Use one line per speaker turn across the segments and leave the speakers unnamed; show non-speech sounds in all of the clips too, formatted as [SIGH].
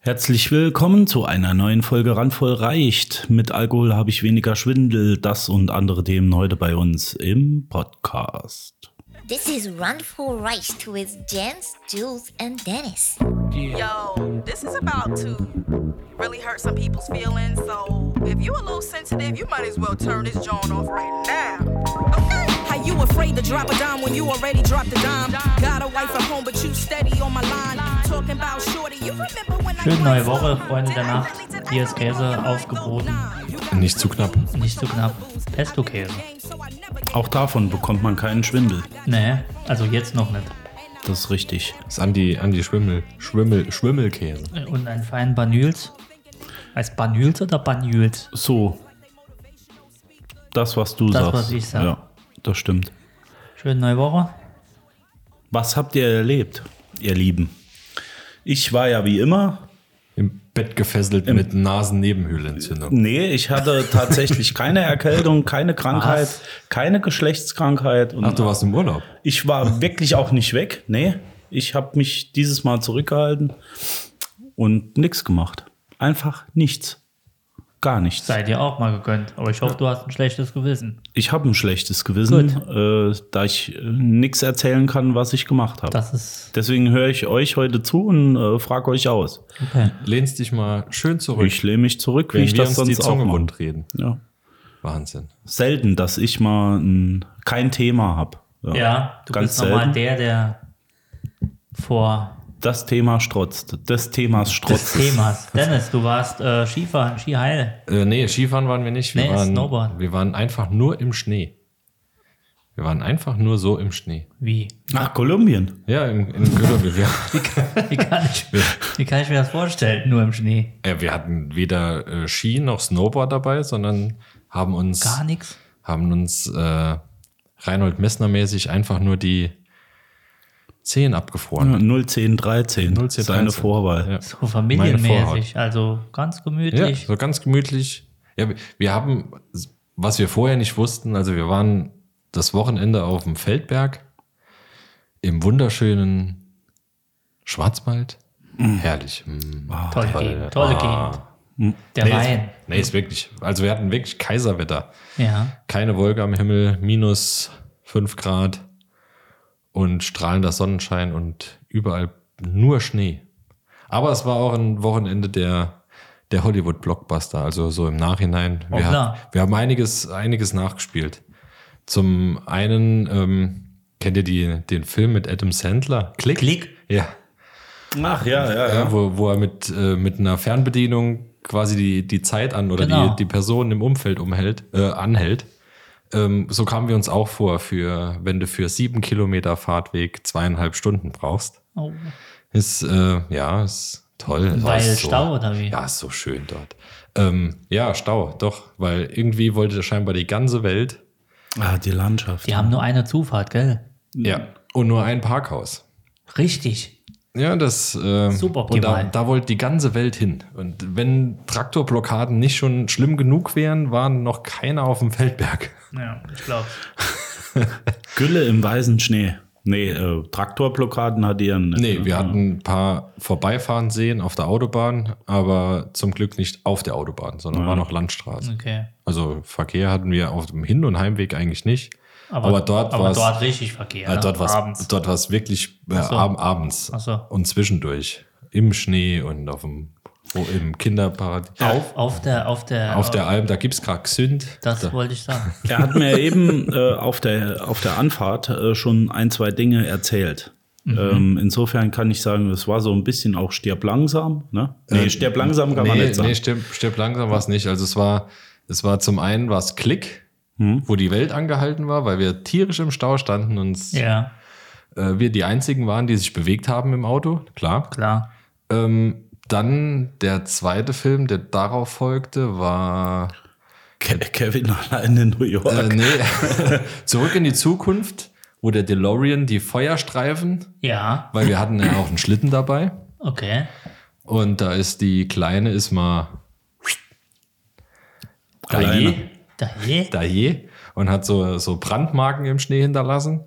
Herzlich willkommen zu einer neuen Folge Randvoll reicht. Mit Alkohol habe ich weniger Schwindel. Das und andere Themen heute bei uns im Podcast.
This is Randful Reicht with Jens, Jules, and Dennis.
Yo, this is about to really hurt some people's feelings. So if you a little sensitive, you might as well turn this joint off right now. Okay.
How you afraid to drop a dime when you already dropped a dime? Got a wife at home, but you steady on my line. Talking about shorty, you remember when I
Schöne neue Woche, Freunde der Nacht. Hier ist Käse aufgeboten.
Nicht zu knapp.
Nicht zu knapp. Pesto-Käse.
Auch davon bekommt man keinen Schwindel.
Nee, also jetzt noch nicht.
Das ist richtig.
Das ist Andi, Andi Schwimmel. Schwimmel, Schwimmelkäse.
Und einen feinen Banüls. Heißt Banüls oder Banüls?
So. Das, was du
Das,
sagst.
was ich sag.
Ja, das stimmt.
Schöne neue Woche.
Was habt ihr erlebt, ihr Lieben? Ich war ja wie immer
Im Bett gefesselt mit Nasennebenhöhlenentzündung.
Nee, ich hatte tatsächlich
[LAUGHS]
keine Erkältung, keine Krankheit,
Was?
keine Geschlechtskrankheit. Und
Ach, du warst im Urlaub.
ich
[LAUGHS]
war wirklich auch nicht weg. Nee, ich habe mich dieses Mal zurückgehalten und nichts gemacht. Einfach nichts. Gar nichts.
Seid ihr auch mal gegönnt. Aber ich hoffe, du hast ein schlechtes Gewissen.
Ich habe ein schlechtes Gewissen, äh, da ich äh, nichts erzählen kann, was ich gemacht habe.
Das ist.
Deswegen höre ich euch heute zu und äh, frage euch aus.
Okay.
Lehnst dich mal schön zurück.
Ich lehne mich zurück, wie
wenn
ich
wir
das
uns die
sonst auch
Zunge
mache.
wund reden.
Ja.
Wahnsinn.
Selten, dass ich mal ein, kein Thema habe.
Ja, du bist nochmal der, der vor
Das Thema strotzt. Des Themas
des
strotzt.
Themas. Dennis, du warst äh, Skifahren, Skiheil.
Äh, nee, Skifahren waren wir nicht. Wir,
Nee,
waren,
Snowboarden.
wir waren einfach nur im Schnee. Wir waren einfach nur so im Schnee.
Wie?
Nach Kolumbien.
Ja, in, in Göttingen. Wir, [LAUGHS]
Wie kann, ich, [LAUGHS] wie kann ich mir das vorstellen? Nur im Schnee.
äh, wir hatten weder äh, Ski noch Snowboard dabei, sondern haben uns
Gar nichts.
haben uns äh, Reinhold Messner mäßig einfach nur die Zehen abgefroren.
01013.
01013.
Seine Vorwahl.
So
Ja. Meine Vorhaut.
familienmäßig, also ganz
Ja,
gemütlich.
so ganz gemütlich. Ja, wir- wir haben, was wir vorher nicht wussten, also wir waren das Wochenende auf dem Feldberg im wunderschönen Schwarzwald. Herrlich. Mm.
tolle Gegend, tolle Gegend. Der
Ah. Nee,
Wein.
Ist, nee, ist wirklich. Also wir hatten wirklich Kaiserwetter.
Ja.
keine Wolke am Himmel, minus 5 Grad und strahlender Sonnenschein und überall nur Schnee. Aber es war auch ein Wochenende der, der Hollywood-Blockbuster, also so im Nachhinein. Wir,
Hoppla.
wir haben einiges, einiges nachgespielt. Zum einen, ähm, kennt ihr die, den Film mit Adam Sandler? Klick?
Klick?
Ja,
Ach ja, ja, ja.
Äh, wo, wo er mit, äh, mit einer Fernbedienung quasi die, die Zeit an oder
Genau.
die, die Person im Umfeld umhält, äh, anhält. Ähm, so kamen wir uns auch vor, für, wenn du für sieben Kilometer Fahrtweg zweieinhalb Stunden brauchst.
Oh.
Ist, äh, ja, ist toll.
Weil
Ist
Stau oder wie?
Ja, ist so schön dort. Ähm, ja, Stau, doch, weil irgendwie wollte scheinbar die ganze Welt.
Ah, die Landschaft.
Die haben nur eine Zufahrt, gell?
Ja. Und nur ein Parkhaus.
Richtig.
Ja, das äh, und
Suboptimal.
da, da wollte die ganze Welt hin. Und wenn Traktorblockaden nicht schon schlimm genug wären, waren noch keine auf dem Feldberg. [LAUGHS]
Ja, ich glaube.
Gülle im weißen Schnee. Nee, äh, Traktorblockaden hat ihr.
Nee, wir hatten ein paar vorbeifahren sehen auf der Autobahn, aber zum Glück nicht auf der Autobahn, sondern war noch Landstraße.
Okay.
Also Verkehr hatten wir auf dem Hin- und Heimweg eigentlich nicht. Aber, dort
aber
war es
dort richtig Verkehr.
äh,
ne?
dort war's-
Abends.
dort war's wirklich äh,
so.
ab, abends
Ach so.
und zwischendurch im Schnee und auf dem wo im Kinderparadies.
Auf, auf der, auf der,
Auf der Alm, da gibt's gerade Xynd.
das wollte ich
[LAUGHS]
sagen.
Er hat mir eben äh, auf, der, auf der Anfahrt äh, schon ein, zwei Dinge erzählt.
Mhm.
Ähm, insofern kann ich sagen, es war so ein bisschen auch stirb langsam. Ne, nee, stirb langsam kann man
Ähm, nee,
nicht sagen.
nee, stirb, stirb langsam war es nicht. Also es war, es war zum einen war es Klick,
Hm.
wo die Welt angehalten war, weil wir tierisch im Stau standen und s-
ja,
äh, wir die einzigen waren, die sich bewegt haben im Auto. Klar.
klar.
Ähm, dann der zweite Film, der darauf folgte, war
Ke Kevin allein in New York.
äh, nee, [LAUGHS] Zurück in die Zukunft, wo der DeLorean die Feuerstreifen,
Ja,
weil wir hatten ja auch einen Schlitten dabei.
okay.
Und da ist die kleine ist mal da
Alleine.
je,
Da je.
da je und hat so, so Brandmarken im Schnee hinterlassen,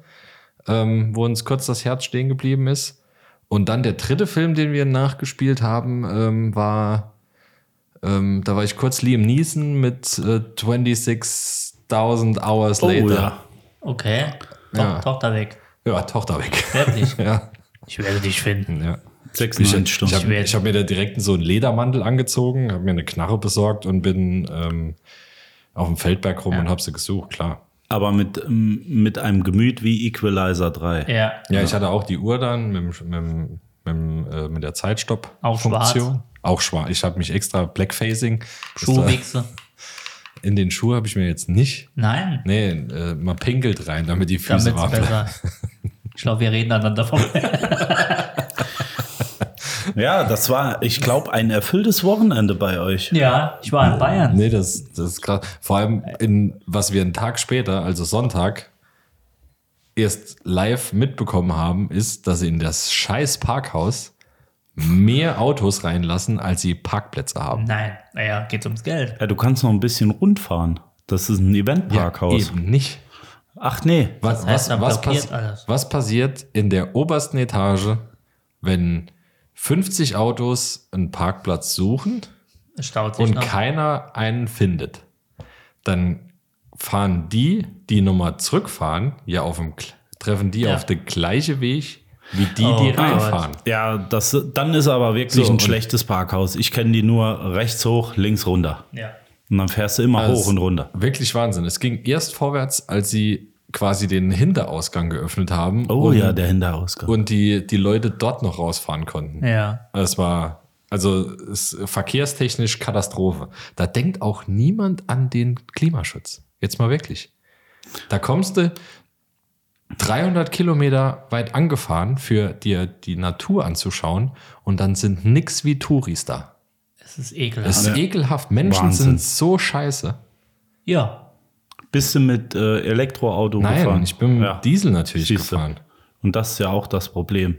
ähm, wo uns kurz das Herz stehen geblieben ist. Und dann der dritte Film, den wir nachgespielt haben, ähm, war, ähm, da war ich kurz Liam Neeson mit äh, 26.000 Hours
Oh,
Later.
Okay. To
Ja.
Tochter weg.
Oh, ja, Tochter weg.
Wirklich.
ja,
ich werde dich finden.
[LAUGHS] ja.
96
Ich
Stunden.
habe ich hab mir da direkt so einen Ledermantel angezogen, habe mir eine Knarre besorgt und bin ähm, auf dem Feldberg rum und habe sie gesucht, klar.
aber mit, ähm, mit einem Gemüt wie Equalizer 3.
Ja.
Ja, ich hatte auch die Uhr dann mit, dem- mit, dem- mit, dem, äh, mit der Zeitstopp.
Auch schwarz.
Funktion. Auch schwarz. Ich habe mich extra Blackfacing. Ist da-
Schuhwichse.
In den Schuh habe ich mir jetzt nicht.
Nein.
Nee, äh, man pinkelt rein, damit die Füße
Damit
warm
es
bleiben. [LAUGHS]
besser. Ich glaube, wir reden aneinander vorbei.
Ja, das war, ich glaube, ein erfülltes Wochenende bei euch.
[LAUGHS] ja, ich war in Bayern.
Nee, das, das ist krass. Vor allem, in, was wir einen Tag später, also Sonntag, erst live mitbekommen haben, ist, dass sie in das scheiß Parkhaus mehr Autos reinlassen, als sie Parkplätze haben.
Nein. Naja, geht ums Geld.
Ja, du kannst noch ein bisschen rundfahren. Das ist ein Eventparkhaus.
Eben nicht.
Ach nee.
Was,
heißt,
was,
da
was,
blockiert
pass
alles.
was passiert in der obersten Etage, wenn 50 Autos einen Parkplatz suchen
Es staut sich
und
noch.
keiner einen findet? Dann fahren die, die nochmal zurückfahren, ja auf dem, Kl- treffen die
Ja.
auf den gleichen Weg wie die,
Oh
die
Gott.
reinfahren.
Ja, das, dann ist aber wirklich
So,
ein
und-
schlechtes Parkhaus. Ich kenne die nur rechts hoch, links runter.
Ja.
Und dann fährst du immer
Also
hoch und runter.
Wirklich Wahnsinn. Es ging erst vorwärts, als sie quasi den Hinterausgang geöffnet haben
Oh
und,
ja, der Hinterausgang.
und die, die Leute dort noch rausfahren konnten.
Ja.
Es war, also es, verkehrstechnisch Katastrophe. Da denkt auch niemand an den Klimaschutz. Jetzt mal wirklich. Da kommst du 300 Kilometer weit angefahren, für dir die Natur anzuschauen und dann sind nix wie Touris da.
Es ist ekelhaft.
Es ist ekelhaft. Menschen
Wahnsinn.
sind so scheiße.
ja.
Bist du mit äh, Elektroauto
Nein,
gefahren?
ich bin mit
Ja.
Diesel natürlich
Siehste.
gefahren.
Und das ist ja auch das Problem.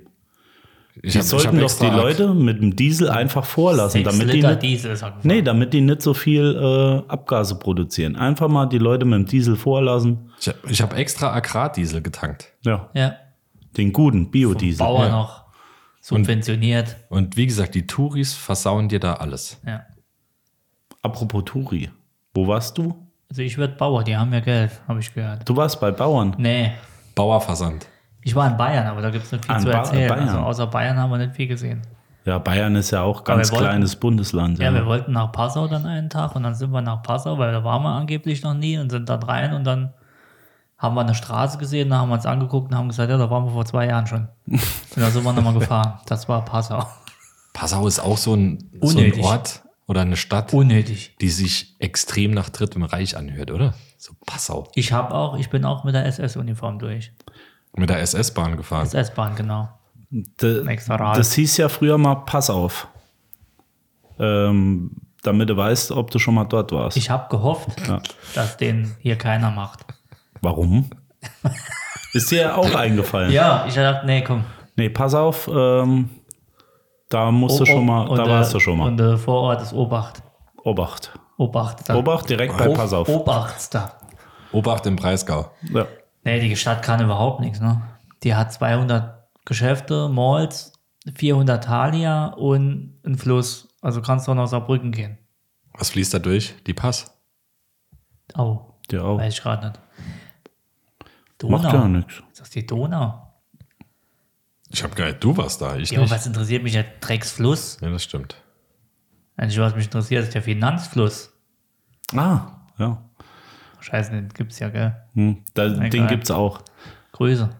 Ich
Die
hab- ich hab
sollten doch
extra-
die Leute mit dem Diesel einfach vorlassen,
Sechs
damit die,
Liter
nicht,
Diesel ist angefangen.
nee, damit die nicht so viel äh, Abgase produzieren. Einfach mal die Leute mit dem Diesel vorlassen.
Ich hab- Ich habe extra Agrardiesel getankt.
Ja,
Ja.
den guten Biodiesel.
Bauer
ja.
noch. Subventioniert.
Und wie gesagt, die Touris versauen dir da alles.
Ja.
Apropos Turi, wo warst du?
Also ich werde Bauer, die haben ja Geld, habe ich gehört.
Du warst bei Bauern.
Nee,
Bauerversand.
ich war in Bayern, aber da gibt es nicht viel
Ah, in
zu
Ba-
erzählen.
Bayern.
Also außer Bayern haben wir nicht viel gesehen.
Ja, Bayern ist ja auch ganz
wir wollten-
kleines Bundesland.
Ja, wir wollten nach Passau dann einen Tag und dann sind wir nach Passau, weil da waren wir angeblich noch nie und sind dann rein und dann haben wir eine Straße gesehen, da haben wir uns angeguckt und haben gesagt, ja, da waren wir vor zwei Jahren schon. Und da sind
[LAUGHS]
wir nochmal gefahren. Das war Passau.
Passau ist auch so ein, so ein
Unnötig.
Ort oder eine Stadt,
Unnötig.
die sich extrem nach Drittem Reich anhört, oder? So Passau.
Ich habe auch, ich bin auch mit der SS-Uniform durch.
Mit der SS-Bahn gefahren.
Das S-Bahn, genau.
D-
Extra Rad.
Das hieß ja früher mal Pass auf. Ähm, damit du weißt, ob du schon mal dort warst.
Ich habe gehofft, dass den hier keiner macht. [LAUGHS]
Warum? ist dir auch eingefallen.
Ja, ich dachte, nee, komm.
Nee, pass auf, ähm, da musst du
Oh,
schon
oh,
mal,
und,
da
äh,
warst du schon mal.
Und äh, vor Ort ist Obacht.
Obacht.
Obacht. Da-
Obacht direkt bei
Oh,
Pass auf.
Obacht da.
Obacht im Breisgau.
Ja.
Nee, die Stadt kann überhaupt nichts, ne? Die hat 200 Geschäfte, Malls, 400 Thalia und einen Fluss. Also kannst du auch nach Saarbrücken gehen.
Was fließt da durch? Die Pass.
Au,
Ja, auch.
weiß ich gerade nicht. Donau.
Macht ja nichts.
Ist das die Donau?
Ich habe geil, du warst da, ich
Ja, aber
nicht.
was interessiert mich der Drecksfluss?
Ja, das stimmt.
Eigentlich, was mich interessiert, ist der Finanzfluss.
Ah, ja.
Scheiße, den gibt's ja, gell?
Hm. Da, den
Egal.
gibt's auch.
Grüße.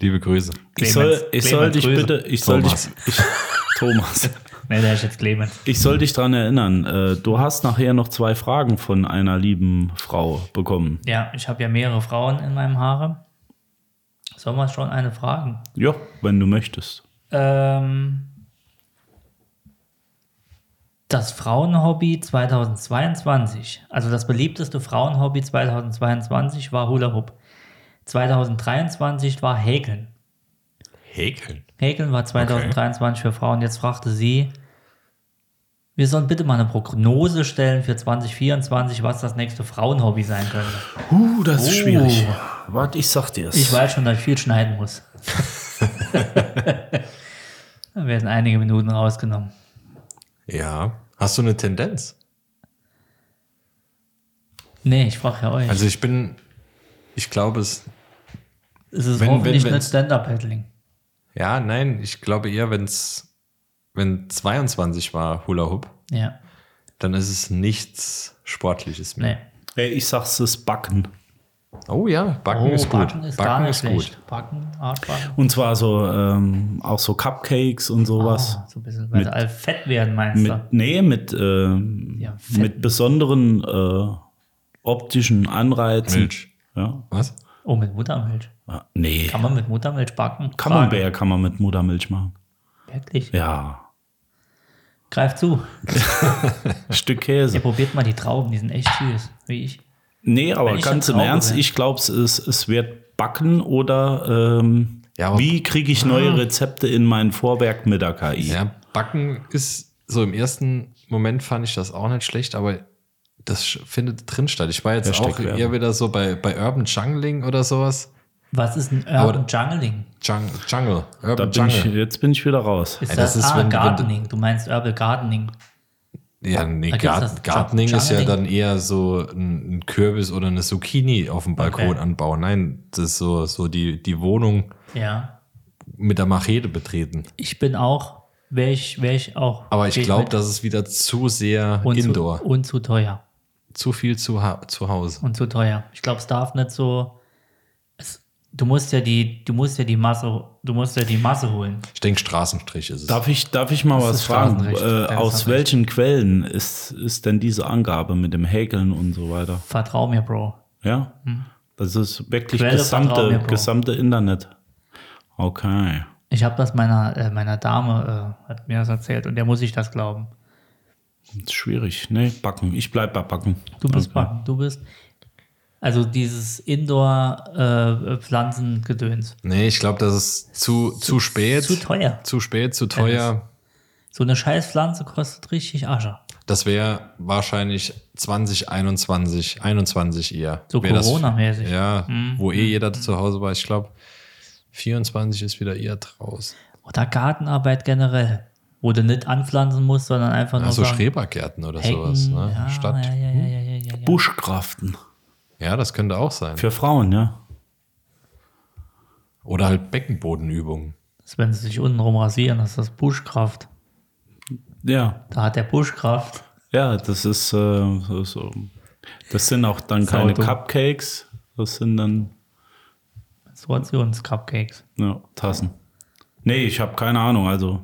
Liebe Grüße.
Ich
Clemens-
soll, ich soll
Clemens
dich
Grüße.
bitte, ich soll dich,
Thomas.
ich, [LAUGHS] Thomas,
Nee, der ist jetzt Clemens.
ich soll dich dran erinnern. Äh, du hast nachher noch zwei Fragen von einer lieben Frau bekommen.
Ja, ich habe ja mehrere Frauen in meinem Haare. Sollen wir schon eine fragen?
Ja, wenn du möchtest.
Ähm, das Frauenhobby 2022, also das beliebteste Frauenhobby 2022 war Hula Hoop. 2023 war Häkeln.
Häkeln.
Häkeln war 2023 für Frauen. Jetzt fragte sie, wir sollen bitte mal eine Prognose stellen für 2024, was das nächste Frauenhobby sein könnte.
Uh, das
Oh.
ist schwierig.
Oh.
Warte, ich sag dir es.
[LAUGHS]
Ich weiß schon, dass ich viel schneiden muss. werden einige Minuten rausgenommen.
Ja. Hast du eine Tendenz?
Nee, ich frage ja euch.
Also ich bin, ich glaube es,
es ist
wenn-
hoffentlich
wenn-
nicht Stand-Up-Paddling.
ja, nein, ich glaube eher, wenn's, wenn 22 war Hula Hoop,
Ja,
dann ist es nichts Sportliches mehr.
nee.
Ey, Äh, ich sag's, es ist Backen.
Oh ja, Backen ist gut.
Backen ist gar
Backen
nicht
ist
schlecht.
gut.
Backen, Arschbacken.
Und zwar so, ähm, auch so Cupcakes und sowas.
Ah, so ein bisschen, weil sie alle fett werden, meinst
Mit,
du?
nee, mit, ähm,
Oh. Ja, fett.
mit besonderen äh, optischen Anreizen.
Milch.
Ja.
Was?
Oh, mit Muttermilch.
Ah, Nee.
Kann man mit Muttermilch backen?
Camembert kann man mit Muttermilch machen.
Backen. Wirklich?
Ja.
Greift zu.
Stück Käse.
Ihr probiert mal die Trauben, die sind echt süß, wie ich.
Nee, aber
Wenn ich
ganz
dann
im
Trauben
Ernst,
wäre.
ich glaube, es, ist- es wird backen oder ähm,
Ja, aber-
wie kriege ich
Ah.
neue Rezepte in mein Vorwerk mit der KI?
Ja, Backen ist so im ersten Moment fand ich das auch nicht schlecht, aber das sch- findet drin statt. Ich war jetzt
Hashtag
auch
Werbung.
eher wieder so bei, bei Urban Jungling oder sowas.
Was ist ein
Aber-
Urban Jungling?
Jung, Jungle. Urban
Da bin ich,
Jungle.
jetzt bin ich wieder raus.
Ist
Ey, das
das,
ist,
ah,
wenn- wenn-
Gardening? Du meinst Urban Gardening.
ja, nee,
Da gibt's
Gart-
das Jung-
Gardening ist ja
Jungling.
dann eher so ein, ein Kürbis oder eine Zucchini auf dem Balkon
Okay.
anbauen. Nein, das ist so, so die, die Wohnung
Ja.
mit der Machete betreten.
Ich bin auch, wäre ich, wär ich auch.
Aber
Geh
ich glaube,
mit.
das ist wieder zu sehr
und
Indoor.
Zu, und zu teuer.
zu viel zu, ha- zu Hause.
Und zu teuer. Ich glaube, es darf nicht so. Es, du musst ja die, du musst ja die Masse, du musst ja die Masse holen.
Ich denke, Straßenstrich ist es.
Darf ich, darf ich mal was
ist
fragen?
Straßenrecht.
Äh,
Ja, das
aus
hat
welchen Quellen ist, ist denn diese Angabe mit dem Häkeln und so weiter?
Vertrau mir, Bro.
Ja? Das ist wirklich
Hm. Quelle vertrauen wir,
gesamte,
Bro.
gesamte Internet. Okay.
Ich habe das meiner, äh, meiner Dame, äh, hat mir das erzählt und der muss ich das glauben.
Das ist schwierig. Nee, backen. Ich bleib bei backen.
Du bist
okay.
backen, du bist. Also dieses äh, Indoor-Pflanzengedöns.
Nee, ich glaube, das ist zu, zu spät.
zu teuer.
Zu spät, zu teuer.
so eine scheiß Pflanze kostet richtig Asche.
Das wäre wahrscheinlich 2021, 21 eher.
So Mhm.
Wär das-
Corona-mäßig.
Ja, wo eh jeder zu Hause war. Ich glaube, 24 ist wieder eher draußen.
Oder Gartenarbeit generell, wo du nicht anpflanzen musst, sondern einfach nur
Also
sagen,
Schrebergärten oder
Hecken,
sowas. Ne?
ja,
Stadt.
Ja,
Ja,
ja, ja, ja, ja, ja, ja.
Buschkraften.
das könnte auch sein.
Für Frauen, ja.
Oder halt Beckenbodenübungen.
Das, wenn sie sich unten rum rasieren, das ist das Buschkraft.
Ja.
Da hat der Buschkraft.
Ja, das ist äh, so- so. Das sind auch dann keine
dumm.
Cupcakes. Das sind dann
Menstruations-Cupcakes.
ja, Tassen. Nee, ich habe keine Ahnung. Also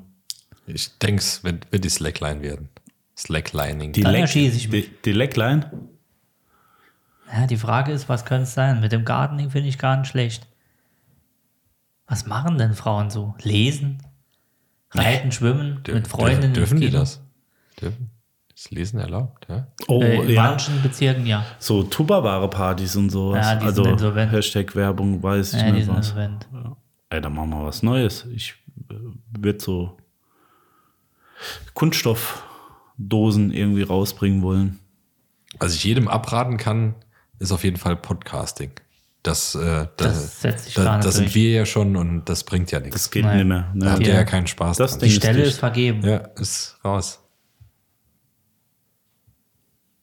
Ich denke, es wird, wird die Slackline werden. Slacklining.
die,
Dann
Leck,
erschieße ich
die, die Leckline.
Ja, die Frage ist, was könnte es sein? Mit dem Gardening finde ich gar nicht schlecht. Was machen denn Frauen so? Lesen? Reiten, schwimmen,
Dür-
mit Freunden
dürfen, dürfen
ins
die
Kino?
das? Dürfen? Ist Lesen erlaubt, ja?
Oh,
äh, in
ja.
manchen Bezirken ja.
So Tupperware-Partys und sowas.
Ja, die sind
also
insolvent.
Hashtag Werbung, weiß ich
ja die
nicht
sind
was.
Event.
Ey, dann machen wir was Neues. Ich äh, wird so Kunststoffdosen irgendwie rausbringen wollen.
Also ich jedem abraten kann, ist auf jeden Fall Podcasting. Das, äh, da,
Das setzt sich
da,
gar
da
nicht
sind
durch.
wir ja schon und das bringt ja nichts.
Das geht
Nein.
nicht mehr.
Da habt
Ne?
ihr
Ja.
ja keinen Spaß
Das
dran.
Die
Ding
Stelle
dicht.
ist vergeben.
Ja, ist raus.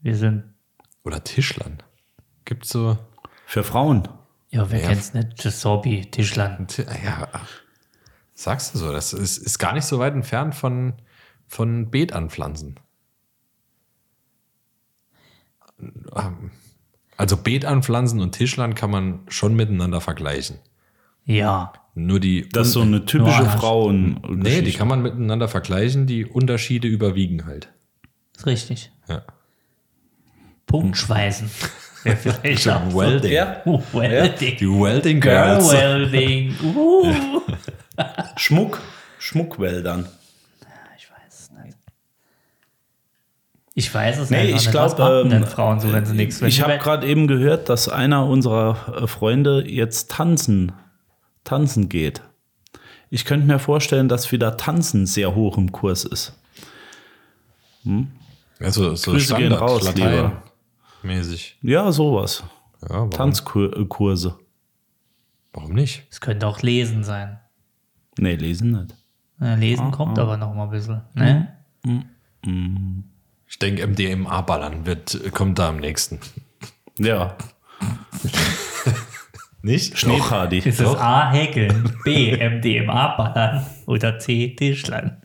Wir sind,
Oder Tischlern. Gibt's so.
Für Frauen.
ja, wer
Ja.
kennt's nicht? Giuseppe, Tischland.
Ti- ah Ja, sagst du so, das ist, ist gar nicht so weit entfernt von, von Beet anpflanzen. Ähm, Also Beet anpflanzen und Tischlern kann man schon miteinander vergleichen.
Ja.
Nur die
Das ist so eine typische
Ja.
Frauen.
Nee, die kann man miteinander vergleichen, die Unterschiede überwiegen halt.
Ist richtig.
Ja.
Punktschweißen.
[LAUGHS]
Wäre vielleicht auch so.
Welding.
Oh, Welding.
Die Welding
Girl
Girls.
Welding. Uh.
Schmuck. Schmuckwäldern.
Ich weiß es nicht. Ich weiß es
Nee,
einfach
ich
nicht. Was
glaube,
machen
ähm,
denn Frauen so, wenn sie nichts wenn
Ich
sie-
habe gerade eben gehört, dass einer unserer äh, Freunde jetzt tanzen, tanzen geht. Ich könnte mir vorstellen, dass wieder Tanzen sehr hoch im Kurs ist.
Also so
Grüße gehen
Standard
raus,
Latein
lieber.
mäßig.
Ja, sowas. äh,
Ja, warum,
Tanzkurse.
warum nicht?
Es könnte auch Lesen sein.
Nee, lesen nicht.
Ja, lesen kommt
ah.
aber noch mal ein bisschen.
Hm?
Ne?
Ich denke, MDMA ballern wird, kommt da am nächsten.
Ja.
Nicht?
Schneeparty.
Ist es A, Häkeln, B, MDMA ballern oder C, Tischlern?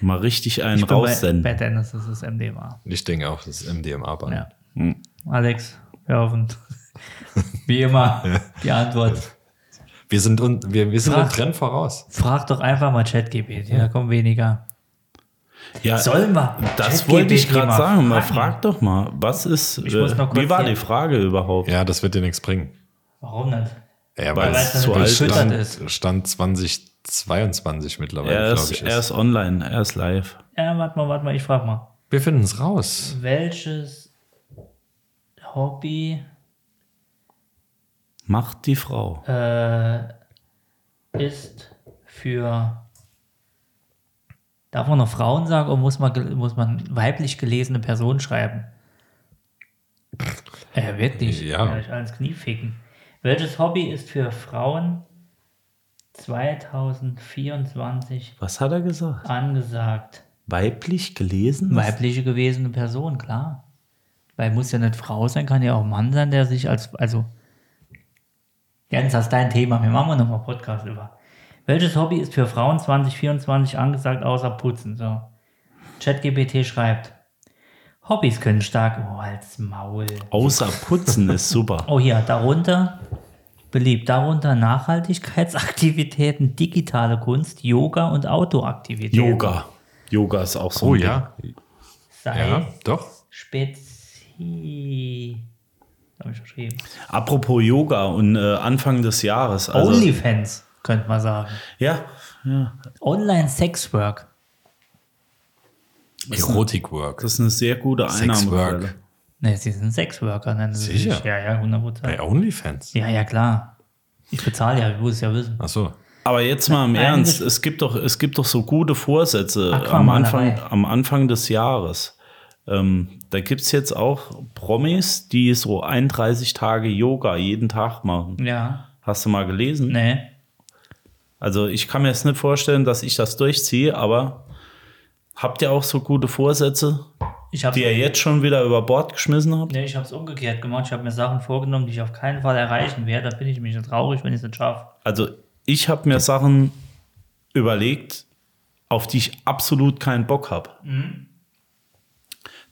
Mal richtig einen
Ich bin bei, bei
raussenden.
Dennis ist es MDMA.
Ich denke auch, das ist MDMA ballern.
Ja.
Hm.
Alex, hör auf und [LAUGHS]
[LAUGHS]
wie immer die Antwort.
Wir sind, un, wir, wir sind
Frag-
im Trend voraus.
Frag doch einfach mal ChatGPT, da kommen weniger.
Ja,
Sollen wir?
das
ChatGPT
wollte ich gerade
mal
sagen. Mal
fragen?
frag doch mal, was ist,
Ich muss
äh,
noch kurz
wie war
hier-
die Frage überhaupt?
Ja, das wird dir nichts bringen.
Warum nicht?
Ja,
Weil
es
es zu alt ist.
Stand,
ist.
Stand 2022 mittlerweile,
Er
glaube
ist,
ich.
er
Ist.
ist online, er ist live.
Ja, warte mal, warte mal, ich frag mal.
Wir finden es raus.
Welches Hobby
Macht die Frau.
äh, ist für. Darf man noch Frauen sagen oder muss man, gel- muss man weiblich gelesene Personen schreiben? Äh, wirklich?
Ja.
Kann ich ans Knie ficken. Welches Hobby ist für Frauen 2024
Was hat er gesagt?
angesagt?
Weiblich gelesen?
Weibliche gewesene Person, klar. Weil muss ja nicht Frau sein, kann ja auch ein Mann sein, der sich als, also. Jens, das ist dein Thema. Wir machen wir nochmal Podcast über. Welches Hobby ist für Frauen 2024 angesagt, außer Putzen? So. ChatGPT schreibt. Hobbys können stark. Oh, als Maul.
Außer Putzen ist
[LAUGHS]
super.
Oh, hier, darunter. Beliebt. Darunter Nachhaltigkeitsaktivitäten, digitale Kunst, Yoga und Outdoor-Aktivitäten.
Yoga. Yoga ist auch so.
Oh
ein Ding.
ja.
Sei
Ja, doch.
Spezi. Hab ich geschrieben.
Apropos Yoga und äh, Anfang des Jahres. Also,
OnlyFans, könnte man sagen.
Ja,
Online Sexwork.
Erotic Work.
das ist eine sehr gute Einnahmequelle.
Sexwork.
Ne, sie sind Sexworker, nennen sie sich.
Sicher?
Ja, ja, 100
Bei OnlyFans.
Ja, ja, klar. Ich bezahle ja, ich muss es ja wissen.
Ach so.
Aber jetzt mal im
Nein,
Ernst,
das-
es gibt doch, es gibt doch so gute Vorsätze am
Aquamalerei.
Anfang, am Anfang des Jahres. Ähm, da gibt es jetzt auch Promis, die so 31 Tage Yoga jeden Tag machen.
Ja. ne.
Hast du mal gelesen?
Nee.
Also ich kann mir jetzt nicht vorstellen, dass ich das durchziehe, aber habt ihr auch so gute Vorsätze,
Ich habe
die ihr jetzt schon wieder über Bord geschmissen habt?
nee, ich hab's umgekehrt gemacht. Ich habe mir Sachen vorgenommen, die ich auf keinen Fall erreichen werde. Da bin ich mich traurig, wenn ich es nicht schaffe.
Also ich habe mir Sachen überlegt, auf die ich absolut keinen Bock habe.
Mhm.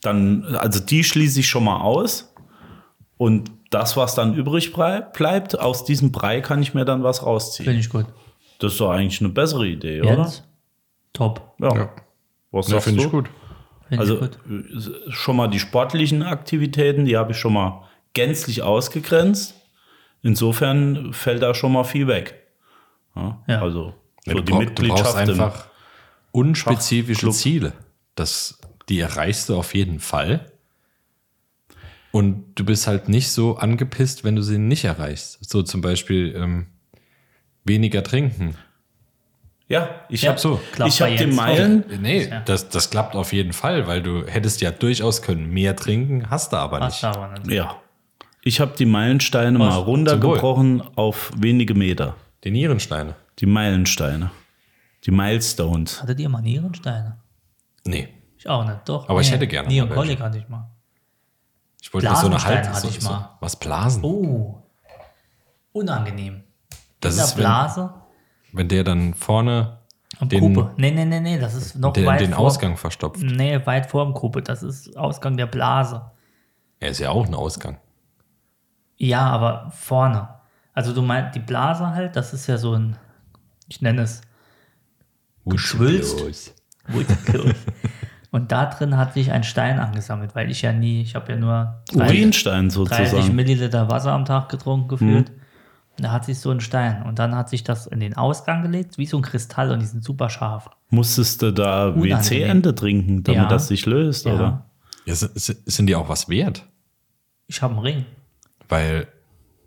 Dann, also die schließe ich schon mal aus. Und das, was dann übrig brei- bleibt, aus diesem Brei kann ich mir dann was
Finde
rausziehen.
ich gut.
Das ist doch eigentlich eine bessere Idee,
Jetzt? Top.
oder?
Ja.
Was
Ja,
sagst
finde
du?
ich gut.
Finde ich
Also
gut.
äh, schon mal die sportlichen Aktivitäten, die habe ich schon mal gänzlich ausgegrenzt. Insofern fällt da schon mal viel weg. Ja,
Ja.
Also
Ja,
so die
du, brauch- du brauchst
Mitgliedschaft im-
einfach unspezifische
Schachclub.
Ziele. Das, die erreichst du auf jeden Fall. Und du bist halt nicht so angepisst, wenn du sie nicht erreichst. So zum Beispiel ähm, weniger trinken.
Ja, ich
Ja,
habe
so.
so.
Klappt
ich
bei
habe den
Jens.
Meilen.
Nee, das, das klappt auf jeden Fall, weil du hättest ja durchaus können mehr trinken, hast du aber
Passt
nicht.
aber nicht.
Ja. Ich habe die Meilensteine mal
zum
runtergebrochen auf wenige Meter.
Die Nierensteine.
Die Meilensteine. Die Milestones.
Hattet ihr mal Nierensteine?
Nee.
Ich auch nicht, doch.
Aber ich hätte gerne
Nee,
mal
und
welche.
Kolik hatte ich mal.
Ich wollte das so eine
Blasensteine
Halb.
hatte
So,
ich
so,
mal.
was Blasen?
Oh, unangenehm.
das
In der
ist, wenn,
Blase
wenn der dann vorne
am
den-
Kuppe. Nee, nee, nee, nee, das ist noch
den,
weit
den
vor,
Ausgang verstopft.
Nee, weit vor dem Kuppe. Das ist Ausgang der Blase.
Er ist ja auch ein Ausgang.
Ja, aber vorne. Also du meinst, die Blase halt, das ist ja so ein, ich nenne es Geschwülst?
Wurzellos.
Wulstklot. Und da drin hat sich ein Stein angesammelt, weil ich ja nie, ich habe ja nur drei-
Urinstein
30
sozusagen.
Milliliter Wasser am Tag
Mhm.
getrunken gefühlt. Da hat sich so ein Stein und dann hat sich das in den Ausgang gelegt, wie so ein Kristall und die sind super scharf.
Musstest du da
Unangenehm.
WC-Ende trinken, damit
Ja.
das sich löst,
Ja.
oder?
Ja, sind, sind die auch was wert?
Ich habe einen Ring.
Weil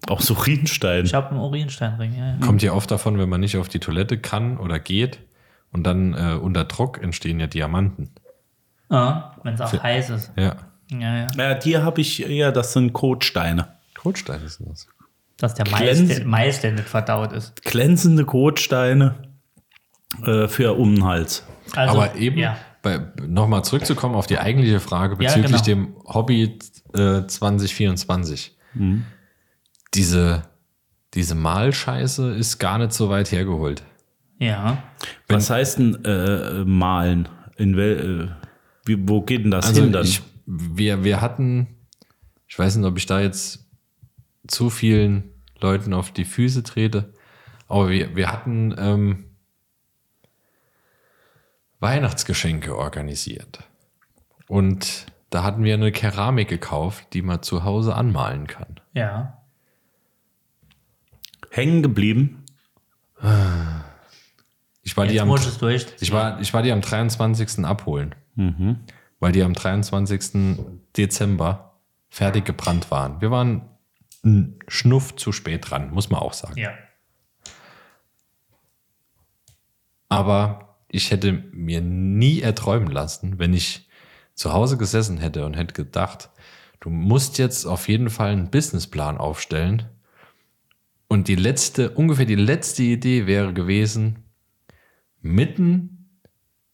Auch so Urinstein.
Ich habe einen Urinsteinring. Ja, ja.
kommt ja oft davon, wenn man nicht auf die Toilette kann oder geht und dann äh, unter Druck entstehen ja Diamanten.
Ah, Wenn es auch heiß ist.
Ja.
Ja, ja.
Ja, die habe ich, ja, das sind Kotsteine.
Totsteine sind das.
Dass der Mais,
Glänz-
der Mais, der nicht verdaut ist.
Glänzende Kotsteine äh, für um den Hals.
Also,
Aber eben,
Ja.
bei- nochmal zurückzukommen auf die eigentliche Frage bezüglich
genau.
dem Hobby äh, 2024. Diese, diese Malscheiße ist gar nicht so weit hergeholt.
ja.
Was heißt denn äh, äh, malen? In wel, äh, wie, wo geht denn das
Also
hin dann?
Also Ich, wir, wir hatten, ich weiß nicht, ob ich da jetzt zu vielen Leuten auf die Füße trete, aber wir, wir hatten ähm, Weihnachtsgeschenke organisiert. Und da hatten wir eine Keramik gekauft, die man zu Hause anmalen kann.
Ja.
Hängen geblieben?
Ich war, die
Jetzt
am,
muss es durch.
ich, war, ich war die am 23. abholen, weil die am 23. Dezember fertig gebrannt waren. Wir waren einen Schnuff zu spät dran, muss man auch sagen.
Ja.
Aber ich hätte mir nie erträumen lassen, wenn ich zu Hause gesessen hätte und hätte gedacht, du musst jetzt auf jeden Fall einen Businessplan aufstellen. Und die letzte, ungefähr die letzte Idee wäre gewesen, mitten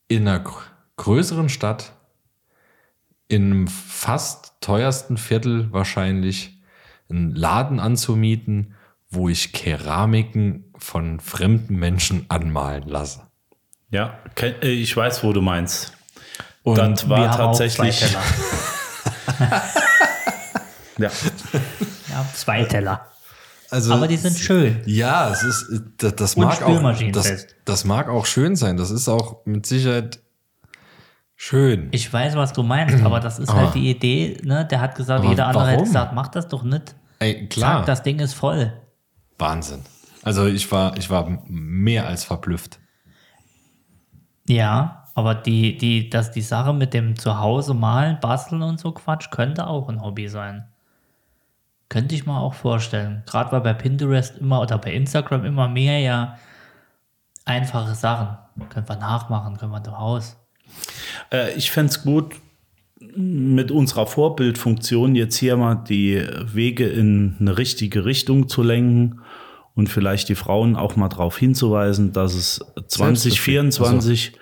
in einer gr- größeren Stadt, in einem fast teuersten Viertel wahrscheinlich, einen Laden anzumieten, wo ich Keramiken von fremden Menschen anmalen lasse.
Ja, ke- äh, ich weiß, wo du meinst.
Und
das
Wir
war
haben auch
tatsächlich.
Zwei Teller.
[LAUGHS] Ja.
Ja,
[LAUGHS]
zwei Teller.
Also,
Aber die sind schön.
Ja, es ist, das, das
Und
mag auch, das,
spülmaschinenfest.
das mag auch schön sein. Das ist auch mit Sicherheit schön.
Ich weiß, was du meinst, aber das ist halt die Idee, ne? Der hat gesagt,
Ah. Aber
jeder andere hätte
warum?
gesagt, mach das doch nicht.
Ey,
Zack,
klar,
das Ding ist voll.
Wahnsinn. Also ich war, ich war mehr als verblüfft.
Ja, aber die, die, dass die Sache mit dem Zuhause malen, basteln und so Quatsch könnte auch ein Hobby sein. Könnte ich mir auch vorstellen. Gerade weil bei Pinterest immer oder bei Instagram immer mehr ja einfache Sachen. Können wir nachmachen, können wir zu Hause.
Äh, ich fände es gut, mit unserer Vorbildfunktion jetzt hier mal die Wege in eine richtige Richtung zu lenken und vielleicht die Frauen auch mal darauf hinzuweisen, dass es 2024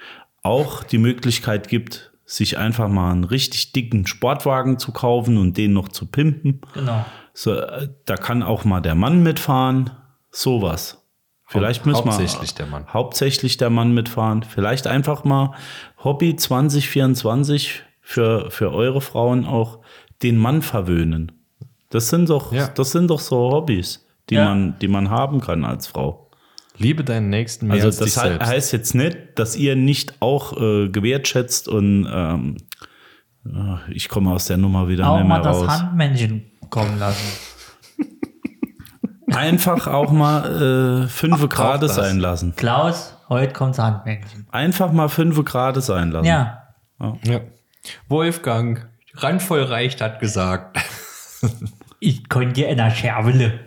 auch die Möglichkeit gibt, sich einfach mal einen richtig dicken Sportwagen zu kaufen und den noch zu pimpen.
Genau.
So, äh, da kann auch mal der Mann mitfahren. Sowas. Vielleicht müssen
Haupt-
wir-
hauptsächlich der Mann.
Hauptsächlich der Mann mitfahren. Vielleicht einfach mal Hobby 2024 für, für eure Frauen auch den Mann verwöhnen. Das sind doch,
Ja.
das sind doch so Hobbys, die,
Ja.
man, die man haben kann als Frau.
Liebe deinen Nächsten mehr
Also
als dich
das he
selbst.
heißt jetzt nicht, dass ihr nicht auch äh, gewertschätzt und ähm, ach, ich komme aus der Nummer wieder
auch
nicht
mal
mehr
das
raus.
Handmännchen kommen lassen.
Einfach auch mal äh, fünfe Grade
das.
sein lassen.
Klaus, heute kommt's Handmännchen.
Einfach mal fünfe Grade sein lassen.
Ja,
ja. Wolfgang, randvoll reicht, hat gesagt. [LAUGHS]
ich konnte dir in der Scherwele.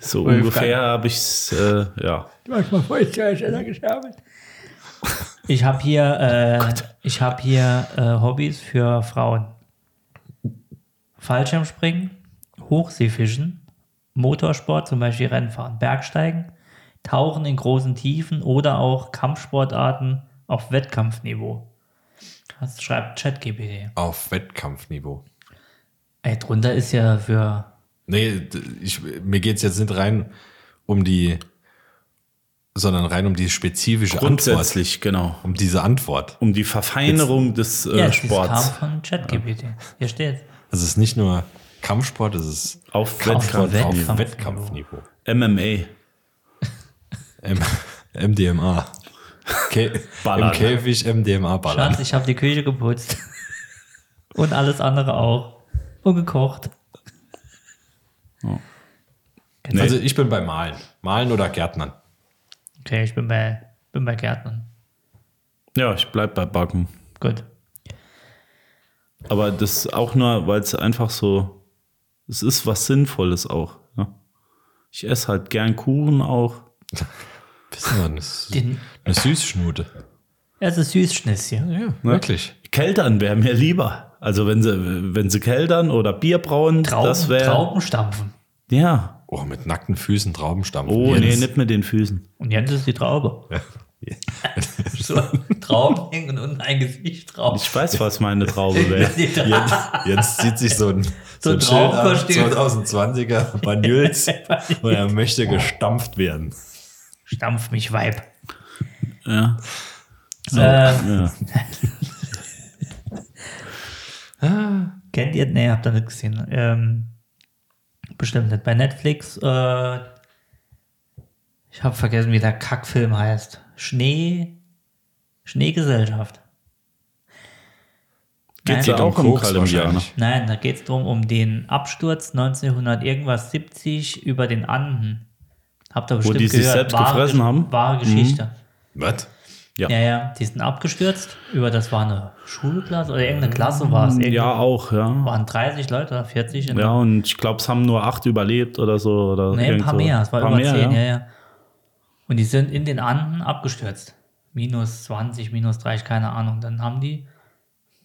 So
Wolfgang.
ungefähr habe ich es, äh, ja.
Manchmal wollte ich ja schneller gescherbelt. Ich habe hier, äh, ich hab hier äh, Hobbys für Frauen. Fallschirmspringen, Hochseefischen, Motorsport, zum Beispiel Rennfahren, Bergsteigen, Tauchen in großen Tiefen oder auch Kampfsportarten auf Wettkampfniveau. Das schreibt ChatGPT.
Auf Wettkampfniveau.
Ey, drunter ist ja für
Nee, d- ich, mir geht's jetzt nicht rein um die, sondern rein um die spezifische Antwort.
Grundsätzlich, genau.
Um diese Antwort.
Um die Verfeinerung des äh,
ja, das kam
Sports
von ChatGPT. Hier steht
Also es ist nicht nur Kampfsport, es ist
auf
Kampfsport.
Wettkampf.
Wettkampf.
auf Wettkampfniveau.
MMA.
M MDMA.
[LAUGHS]
Ke
Ballern. ne?
Im Käfig MDMA ballern.
Schatz, ich habe die Küche geputzt. [LAUGHS] Und alles andere auch. Und gekocht.
Nee.
Also ich bin bei Malen. Malen oder Gärtnern.
Okay, ich bin bei, bin bei Gärtnern.
Ja, ich bleib bei Backen.
Gut.
Aber das auch nur, weil es einfach so, es ist was Sinnvolles auch. Ne? Ich esse halt gern Kuchen auch.
Wissen wir, eine, Sü-
Den-
eine Süßschnute.
Es ist Süßschnitzel.
ne?
Ja, wirklich.
Keltern wäre mir lieber. Also wenn sie, wenn sie keltern oder Bier brauen,
Trauben,
das wäre.
Traubenstampfen.
Ja,
Oh, mit nackten Füßen Trauben stampfen.
Oh, nee,
Jens.
nicht mit den Füßen.
Und Jens ist die Traube. so Trauben hängen und unten ein Gesicht drauf.
Ich weiß, was meine [LAUGHS] Traube wäre.
Die Tra-
Jens, Jens zieht sich
[LAUGHS]
so ein, so ein
ein
Schild ab,
Traumverstehen.
2020er
[LAUGHS]
Banyuls und er möchte
Oh.
gestampft werden.
Stampf mich, Weib. Ähm,
Ja.
So.
Ja.
Kennt ihr? Nee, habt ihr nicht gesehen. Ähm, bestimmt nicht. Bei Netflix, äh, ich habe vergessen, wie der Kackfilm heißt. Schnee, Schneegesellschaft.
Geht's
Nein,
da auch um
Koks
Kolumbianer?
wahrscheinlich.
nein, da geht es darum, um den Absturz 1900 irgendwas 70 über den Anden. Habt ihr bestimmt
die sich
gehört.
selbst
Wahre
gefressen
Gesch-
haben? Mhm.
Wahre Geschichte.
Was?
Ja, ja, die sind abgestürzt über, das war eine Schulklasse oder irgendeine Klasse war es. Irgendeine-
Mhm. Ja, auch, ja.
Waren 30 Leute oder 40 in
Ja, und ich glaube, es haben nur acht überlebt oder so. Oder
Nee, ein
irgend
paar
so.
mehr. Es war
Paar
über
mehr,
10, ja.
ja.
ja, Und die sind in den Anden abgestürzt. Minus 20, minus 30, keine Ahnung. Dann haben die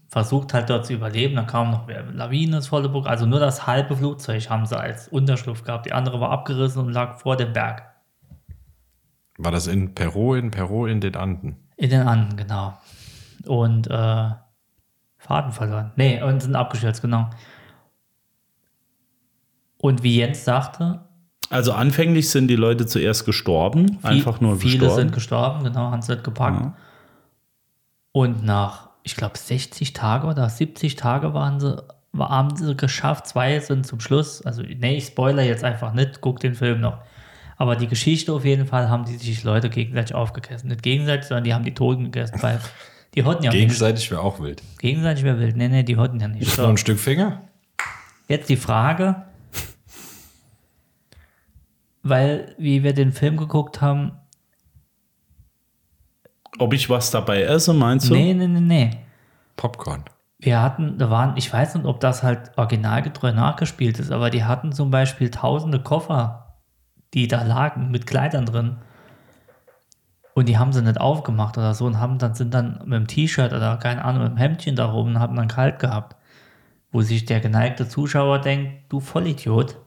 versucht halt dort zu überleben. Dann kam noch wer- Lawine, das volle Burg. Also nur das halbe Flugzeug haben sie als Unterschlupf gehabt. Die andere war abgerissen und lag vor dem Berg.
War das in Peru, in Peru, in den Anden?
In den Anden, genau. Und äh, Faden verloren. Nee, und sind abgestürzt, genau. Und wie Jens sagte,
Also anfänglich sind die Leute zuerst gestorben,
Viel-
einfach nur
viele
gestorben.
sind gestorben, genau, haben sie das gepackt. Und nach, ich glaube, 60 Tage oder 70 Tage waren sie, war- haben sie geschafft. Zwei sind zum Schluss, also nee, ich spoiler jetzt einfach nicht, guck den Film noch. Aber die Geschichte auf jeden Fall haben die sich Leute gegenseitig aufgegessen. Nicht gegenseitig, sondern die haben die Toten gegessen, weil die hatten ja nicht.
Gegenseitig wäre auch wild.
Gegenseitig wer wild. Nee, nee, die hatten ja nicht.
Noch
So,
ein Stück Finger?
jetzt die Frage, weil, wie wir den Film geguckt haben,
Ob ich was dabei esse, meinst du?
nee, nee, nee, nee.
Popcorn.
Wir hatten, da waren, ich weiß nicht, ob das halt originalgetreu nachgespielt ist, aber die hatten zum Beispiel tausende Koffer, die da lagen mit Kleidern drin. Und die haben sie nicht aufgemacht oder so und haben dann, sind dann mit dem T-Shirt oder keine Ahnung, mit dem Hemdchen da rum und haben dann kalt gehabt. Wo sich der geneigte Zuschauer denkt, du Vollidiot.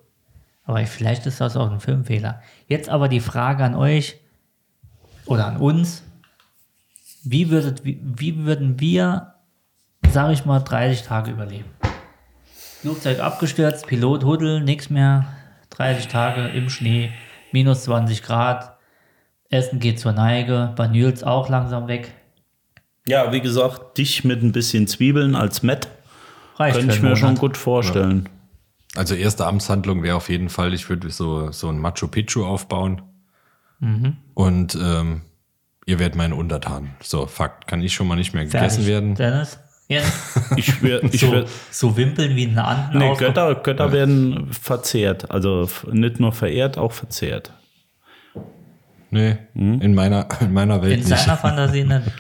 Aber vielleicht ist das auch ein Filmfehler. Jetzt aber die Frage an euch oder an uns. Wie, würdet, wie, wie würden wir sage ich mal, 30 Tage überleben. Flugzeug abgestürzt, Pilot Huddel, nichts mehr. 30 Tage im Schnee, minus 20 Grad. Essen geht zur Neige, Banyuls auch langsam weg.
Ja, wie gesagt, dich mit ein bisschen Zwiebeln als Met
Reicht
könnte
für
ich
einen
mir schon
Monat.
gut vorstellen.
Also erste Amtshandlung wäre auf jeden Fall, ich würde so, so ein Machu Picchu aufbauen.
Mhm.
Und ähm, ihr werdet mein Untertan. So, Fakt. Kann ich schon mal nicht mehr gegessen
Fertig.
werden.
Dennis? Ja.
Ich
[LAUGHS]
wär, [LAUGHS] ich
so,
wär,
so wimpeln wie eine Anden.
nee,
aufge-
Götter, Götter werden verzehrt. Also f- nicht nur verehrt, auch verzehrt.
Nee,
Mhm.
in, meiner, in meiner Welt
In
nicht.
seiner Fantasie ne? nicht.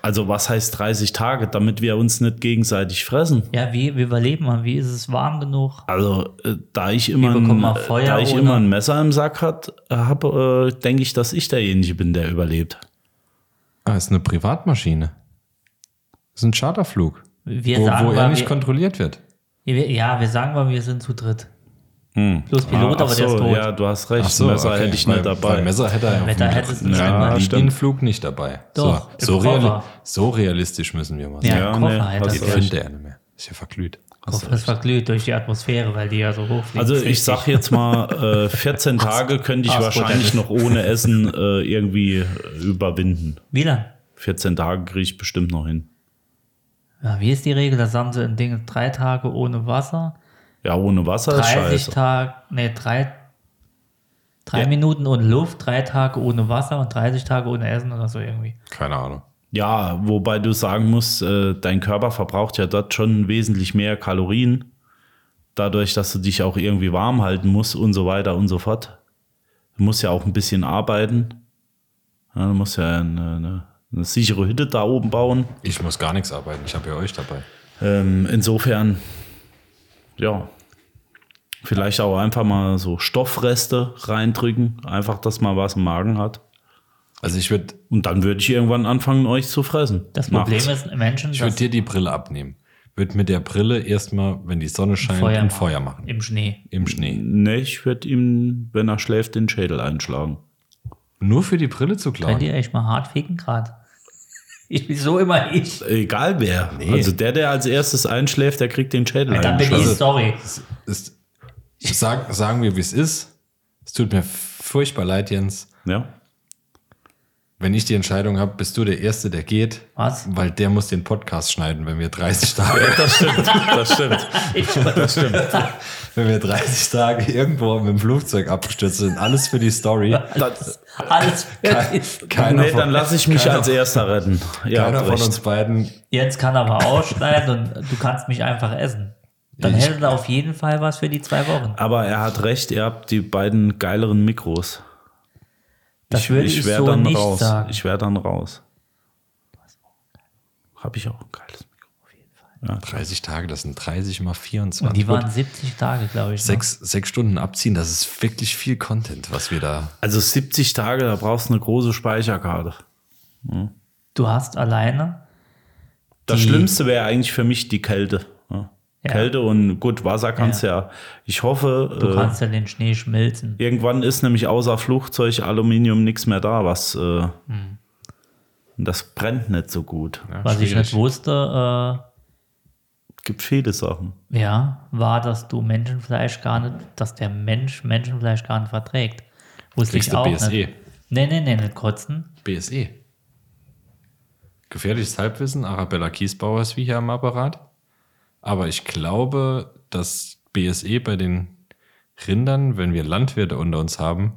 Also was heißt 30 Tage, damit wir uns nicht gegenseitig fressen?
Ja, wie, wie überleben wir? Wie ist es warm genug?
Also äh, da ich immer,
bekommen
ein,
mal
äh,
Feuer
da ich
ohne-
immer ein Messer im Sack hat, habe, äh, denke ich, dass ich derjenige bin, der überlebt.
Ah, ist eine Privatmaschine. Ist ein Charterflug,
Wir
wo,
sagen
wo er
mal,
nicht
wir,
kontrolliert wird.
wir, ja, wir sagen mal, wir sind zu dritt. Plus Pilot,
Ah,
aber der ist tot.
ja, du hast recht. Messer hätte ich nicht
weil, Weil
dabei.
Messer hätte er
Messer
auf
hättest du
dem
nicht dabei.
reinen
Stimmt.
Linienflug nicht dabei.
Doch, im
so, so, reali
Koffer.
so realistisch müssen wir mal
Ja,
sein.
Ja, ne,
Koffer
nee, hast
hättest du
Jetzt
recht.
findet er nicht mehr. Ist ja verglüht.
Kopf ist verglüht durch die Atmosphäre, weil die ja so hoch fliegt.
[LAUGHS]
Also ich sag jetzt mal, äh, 14 Tage könnte ich
Ach, gut,
wahrscheinlich noch ohne Essen
[LAUGHS]
äh, irgendwie äh, überwinden.
Wieland,
14 Tage kriege ich bestimmt noch hin.
ja, wie ist die Regel? Das haben sie in Dingen drei Tage ohne Wasser,
Ja, ohne Wasser ist
30
scheiße.
Tage, nee, drei, drei
Ja.
Minuten ohne Luft, drei Tage ohne Wasser und 30 Tage ohne Essen oder so irgendwie.
Keine Ahnung.
Ja, wobei du sagen musst, äh, dein Körper verbraucht ja dort schon wesentlich mehr Kalorien. Dadurch, dass du dich auch irgendwie warm halten musst und so weiter und so fort. Du musst ja auch ein bisschen arbeiten. Ja, du musst ja eine, eine, eine sichere Hütte da oben bauen.
Ich muss gar nichts arbeiten. Ich habe ja euch dabei.
Ähm, insofern, ja, vielleicht auch einfach mal so Stoffreste reindrücken, einfach, dass man was im Magen hat.
Also ich würde
Und dann würde ich irgendwann anfangen, euch zu fressen.
Das
Nachts.
Problem ist, Menschen,
ich würd
dass,
dir die Brille abnehmen. würde mit der Brille erstmal, wenn die Sonne scheint,
Feuer
ein
machen.
Feuer machen.
Im Schnee.
Im Schnee.
Nee, ich würde ihm, wenn er schläft, den Schädel einschlagen.
Nur für die Brille zu
Könnt
klauen.
ihr echt mal hart ficken gerade? [LAUGHS] Ich bin so immer ich.
Egal wer. Also der, der als erstes einschläft, der kriegt den Schädel
Dann bin ich,
eingeschlagen.
sorry.
Ist, sag, sagen wir, wie es ist. Es tut mir furchtbar leid, Jens.
Ja.
Wenn ich die Entscheidung habe, bist du der Erste, der geht.
Was?
Weil der muss den Podcast schneiden, wenn wir 30 Tage,
Das stimmt, das
[LAUGHS]
stimmt. Das stimmt.
wenn wir 30 Tage irgendwo mit dem Flugzeug abgestürzt sind. Alles für die Story.
Das,
Alles
Keiner
Also, nee, dann
von,
lasse ich mich als erster retten. Ja,
keiner von
recht.
uns beiden.
Jetzt kann aber ausschneiden und du kannst mich einfach essen. Dann
Ich-
hätte er auf jeden Fall was für die zwei Wochen.
Aber er hat recht, ihr habt die beiden geileren Mikros.
Das würde ich,
wär
so
dann
nicht
raus.
sagen.
Ich wäre dann raus. Habe ich auch ein geiles Mikro.
30 Tage, das sind 30 mal
und
24.
die waren
Gut,
70 Tage, glaube ich. ne?
sechs, sechs Stunden abziehen, das ist wirklich viel Content, was wir da.
Also 70 Tage, da brauchst du eine große Speicherkarte.
Du hast alleine.
Das
Die-
Schlimmste wäre eigentlich für mich die Kälte. Ja.
Ja.
Kälte und gut, Wasser kannst ja. ja. Ich hoffe,
Du
äh,
kannst ja den Schnee schmelzen.
irgendwann ist nämlich außer Flugzeug, Aluminium nichts mehr da, was äh, das brennt nicht so gut.
was ich nicht wusste,
Gibt viele Sachen.
äh, ja, war, dass du Menschenfleisch gar nicht, dass der Mensch Menschenfleisch gar nicht verträgt. Wusste
Kriegst
ich
du
auch
BSE.
nicht. Nee, nee, nee, nicht kotzen.
BSE. E. Gefährliches Halbwissen, Arabella Kiesbauer ist wie hier am Apparat. Aber ich glaube, dass BSE bei den Rindern, wenn wir Landwirte unter uns haben,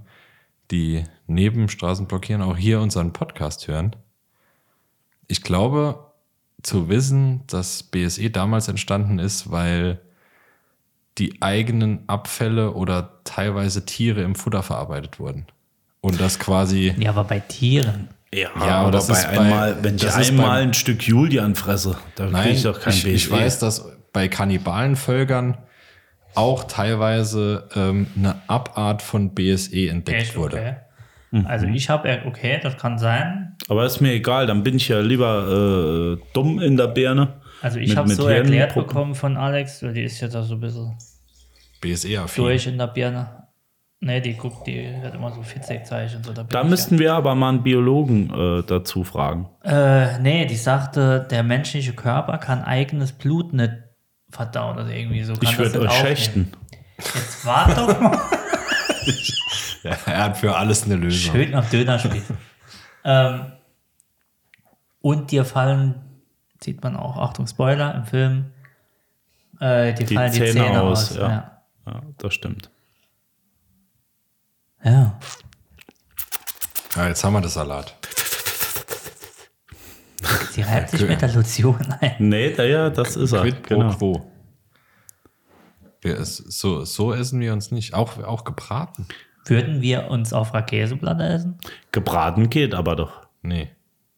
die neben Straßen blockieren, auch hier unseren Podcast hören. Ich glaube, zu wissen, dass BSE damals entstanden ist, weil die eigenen Abfälle oder teilweise Tiere im Futter verarbeitet wurden. Und das quasi.
Ja, aber bei Tieren.
Ja,
aber das ist bei-
wenn ich
das ist
einmal
beim-
ein Stück Julian fresse, da kriege ich doch kein
ich, ich
BSE.
weiß, dass bei Kannibalenvölkern auch teilweise ähm, eine Abart von BSE entdeckt
Echt,
wurde.
okay. Also ich habe, okay, das kann sein.
Aber ist mir egal, dann bin ich ja lieber äh, dumm in der Birne.
Also ich
Mit-
habe
mit
so erklärt
Hirnpuppen.
bekommen von Alex, die ist ja da so ein bisschen
BSE affin.
durch in der Birne. Nee, die guckt, die hat immer so Fitzek-Zeichen. So, da bin
Da
ich
müssten wir aber mal einen Biologen äh, dazu fragen.
Äh, nee, die sagte, der menschliche Körper kann eigenes Blut nicht verdauen oder irgendwie so. Kann
ich
das
würde
nicht
euch
aufnehmen.
schächten.
Jetzt wart
[LAUGHS]
doch mal.
Ja, [LAUGHS] er hat für alles eine Lösung.
Schön auf Döner spielen. ähm, und dir fallen, sieht man auch, Achtung, Spoiler im Film, äh, dir
Die
fallen die
Zähne
Zähne aus.
aus, ja.
Ja.
Ja, das stimmt.
ja.
Ja, jetzt haben wir das Salat.
Sie reibt sich
Okay.
mit der Lotion ein.
Nee, da, ja, das ist er.
Quid pro
genau.
quo. Wir es, so, so essen wir uns nicht. Auch, auch gebraten?
Würden wir uns auf Käseplatte essen?
Gebraten geht aber doch.
Nee.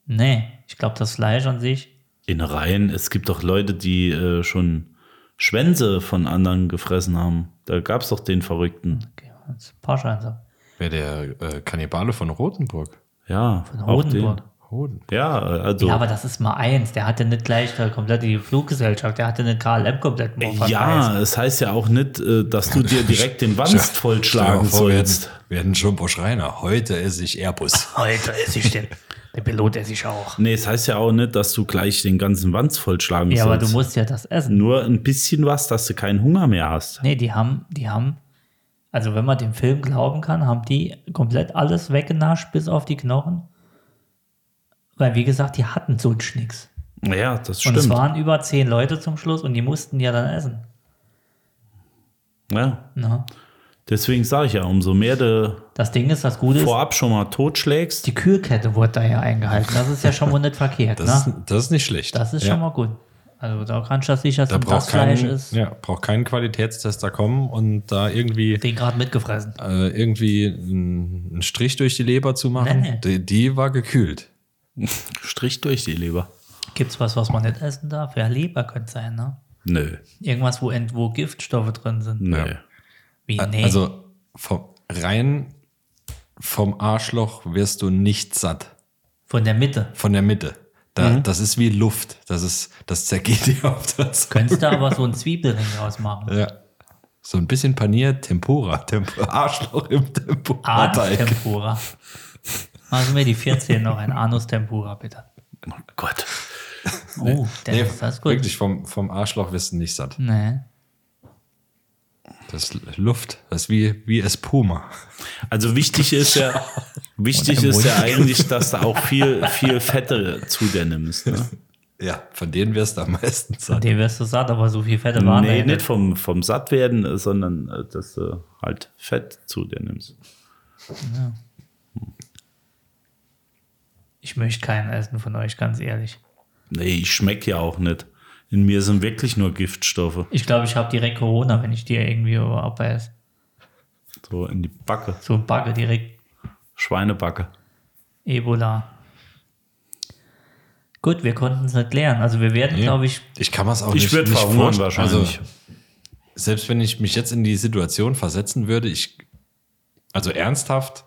Nee, ich glaube, das Fleisch an sich.
Innereien, es gibt doch Leute, die äh, schon Schwänze von anderen gefressen haben. Da gab es doch den Verrückten.
Okay, jetzt ein paar Scheinsachen.
Wer der äh, Kannibale von Rotenburg?
Ja, auch den.
Rotenburg.
Hoden.
Ja, also.
Ja, aber das ist mal eins. Der hatte nicht gleich da komplett die Fluggesellschaft. Der hatte eine KLM komplett im Umfang.
ja, es heißt ja auch nicht, äh, dass du dir direkt den Wanst vollschlagen sollst.
Werden Jumbo Schreiner. Heute esse ich Airbus.
Alter, esse ich den. Der Pilot esse ich auch.
Nee, es heißt ja auch nicht, dass du gleich den ganzen Wanst vollschlagen
Ja,
sollst.
aber du musst ja das essen.
Nur ein bisschen was, dass du keinen Hunger mehr hast.
Nee, die haben, die haben, also wenn man dem Film glauben kann, haben die komplett alles weggenascht bis auf die Knochen. Weil, wie gesagt, die hatten so nichts.
Ja, das
Und
stimmt.
es waren über zehn Leute zum Schluss und die mussten ja dann essen.
ja.
Ne?
Deswegen sage ich ja, umso mehr du
Das Ding ist, das Gute ist,
vorab schon mal totschlägst,
die Kühlkette wurde da ja eingehalten. Das ist ja schon mal nicht verkehrt.
[LAUGHS] Das,
ne?
ist, das ist nicht schlecht.
Das ist
Ja.
schon mal gut. Also da kannst du das sicher
Da
sein,
braucht
das Fleisch
kein,
ist
ja, braucht kein Qualitätstester kommen und da irgendwie,
den gerade mitgefressen.
äh, irgendwie einen einen Strich durch die Leber zu machen.
Nee, nee.
Die, die war gekühlt.
Strich durch die Leber.
Gibt's was, was man nicht essen darf? Ja, Leber könnte sein, ne?
Nö,
Irgendwas, wo, ent- wo Giftstoffe drin sind.
nö.
Ja.
Wie,
A-
nee.
Also vom, rein vom Arschloch wirst du nicht satt.
Von der Mitte.
Von der Mitte. Da,
Mhm.
Das ist wie Luft. Das ist, das zergeht [LAUGHS] dir auf das.
Könntest du aber so ein Zwiebelring draus
[LAUGHS]
machen.
Ja. So ein bisschen paniert, Tempura, Tempo, Arschloch im Tempura-Teig.
Anus-Tempura. Machen wir die 14 noch ein Anus-Tempura, bitte.
Oh Gott.
Oh, der
Nee,
ist das ist gut.
wirklich vom, vom Arschloch wirst du nicht satt.
Nee.
Das ist Luft, das ist wie, wie Espuma.
Also wichtig ist
[LAUGHS]
ja, wichtig ist ja eigentlich, dass du auch viel, viel Fette zu dir nimmst. Ne?
Ja, von denen wirst du am meisten
Von
satt.
dem wirst du satt, aber so viel Fette waren
nee,
da
nicht vom, vom Sattwerden, äh, sondern äh, dass du halt Fett zu dir nimmst.
Ich möchte keinen essen von euch, ganz ehrlich.
Nee, ich schmeck ja auch nicht. In mir sind wirklich nur Giftstoffe.
Ich glaube, ich habe direkt Corona, wenn ich dir irgendwie abbeiß.
So in die Backe.
So Backe direkt
Schweinebacke.
Ebola. Gut, wir konnten es nicht klären. Also wir werden, glaube ich,
Ich kann mir es auch
Ich
nicht,
würd
nicht
verhungern
vorstellen.
wahrscheinlich.
Also, selbst wenn ich mich jetzt in die Situation versetzen würde, ich, also ernsthaft,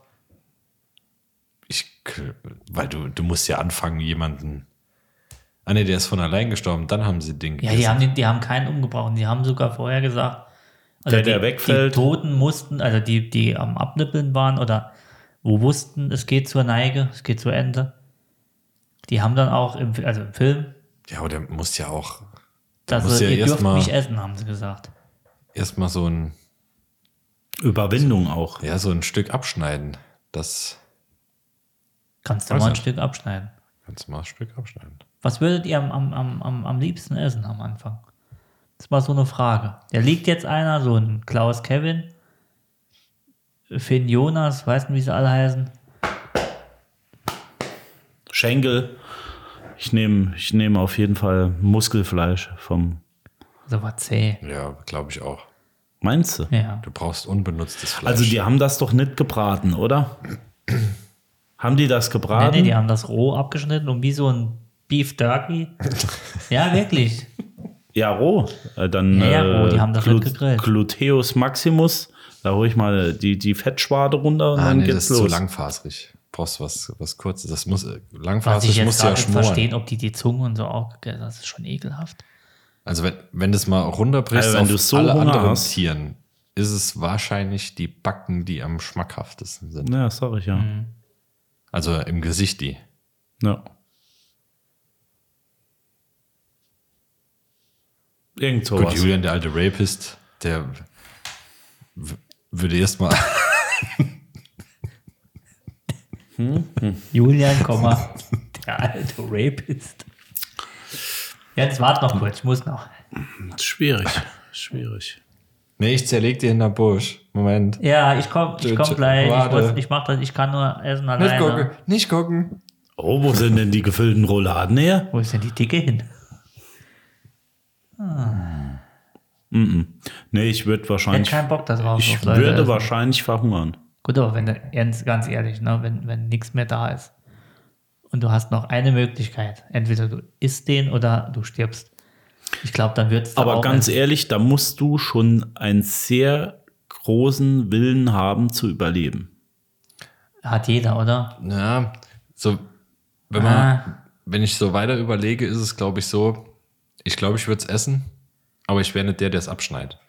ich, k- weil du, du musst ja anfangen, jemanden, ah ne, der ist von allein gestorben, dann haben sie den
ja,
gegessen.
die haben, den- die haben keinen umgebracht. Die haben sogar vorher gesagt, also
Der, der
die,
wegfällt.
die Toten mussten, also die, die am Abnippeln waren oder wo wussten, es geht zur Neige, es geht zu Ende. Die haben dann auch im, Fi- also im Film,
Ja, aber der muss ja auch
dass
muss
sie,
ja
ihr
erst
dürft
mal-
mich essen, haben sie gesagt.
erstmal so ein,
Überwindung auch.
ja, so ein Stück abschneiden. Das
Kannst du
Weiß
mal ein
nicht.
Stück abschneiden.
kannst du mal ein Stück abschneiden.
Was würdet ihr am, am, am, am, am liebsten essen am Anfang? Das war so eine Frage. Da liegt jetzt einer, so ein Klaus Kevin, Finn Jonas, weiß nicht, wie sie alle heißen.
Schenkel. Ich nehme ich nehm auf jeden Fall Muskelfleisch vom.
So war Also, zäh.
Ja, glaube ich auch.
Meinst du?
Ja.
Du brauchst unbenutztes Fleisch.
Also, die haben das doch nicht gebraten, oder? haben die das
Nee,
gebraten?
nee, die haben das roh abgeschnitten und wie so ein Beef Turkey.
[LAUGHS]
ja, wirklich.
Ja, roh. Äh, Dann,
Ja, ja, roh, die haben das nicht gegrillt.
Gluteus Maximus. Da hole ich mal die, die Fettschwade runter und
Ah,
dann
nee, das
geht's
ist zu
los.
langfasrig. Brauchst was, was kurzes. Das muss äh,
Was ich
langfasrig
jetzt
muss
gar
ja
nicht
schmoren.
verstehen, ob die die Zunge und so auch gegessen Das ist schon ekelhaft.
Also wenn, wenn das mal runterbrichst
Also wenn du
auf
so
alle
Hunger
anderen
hast.
Tieren, ist es wahrscheinlich die Backen, die am schmackhaftesten sind.
Ja, sag ich ja.
Mhm.
Also im Gesicht die.
ja. Irgend
Gut,
sowas.
Julian, der alte Rapist, der w- würde erstmal
Julian,
[LAUGHS]
Komma, der alte Rapist. Jetzt warte noch kurz, ich muss noch.
Schwierig. Schwierig.
[LAUGHS] Nee, ich zerleg dir in der Busch. Moment.
Ja, ich komm, ich komm
Tschö,
gleich. Ich,
warte.
muss, ich mach das, ich kann nur essen
Nicht
alleine.
gucken, nicht gucken.
Oh, wo sind denn die gefüllten Rouladen her?
Wo ist denn die Dicke hin?
Nee, ich würde
Ich hätte
wahrscheinlich.
keinen Bock da drauf. auf
Ich
Leute
würde
essen.
wahrscheinlich verhungern.
Gut, aber wenn du, ganz, ganz ehrlich, ne, wenn, wenn nichts mehr da ist und du hast noch eine Möglichkeit, entweder du isst den oder du stirbst. Ich glaube, dann wird's da
Aber
auch
ganz
essen.
ehrlich, da musst du schon einen sehr großen Willen haben zu überleben. e-
hat jeder, oder?
Na, so, wenn man,
Ah,
wenn ich so weiter überlege, ist es, glaube ich, so, ich glaube, ich würde es essen, aber ich wäre nicht der, der es abschneidet.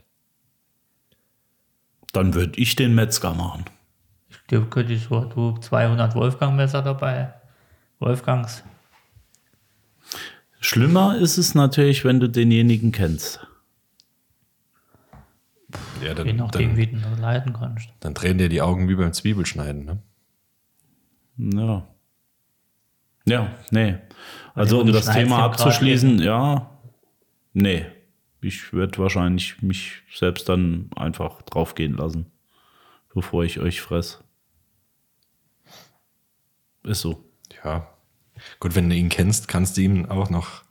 Dann würde ich den Metzger machen.
du könntest so, du 200 Wolfgang Messer dabei. Wolfgangs.
Schlimmer ist es natürlich, wenn du denjenigen kennst.
Ja,
Je
dann,
nachdem,
dann,
wie du nur leiten kannst.
dann drehen dir die Augen wie beim Zwiebelschneiden. Ne?
Ja. Ja, nee. Also
Ja,
um
du
das
schneidest
Thema
den Kragen
abzuschließen, ja, nee. Ich würde wahrscheinlich mich selbst dann einfach draufgehen lassen, bevor ich euch fress. Ist so.
Ja. Gut, wenn du ihn kennst, kannst du ihm auch noch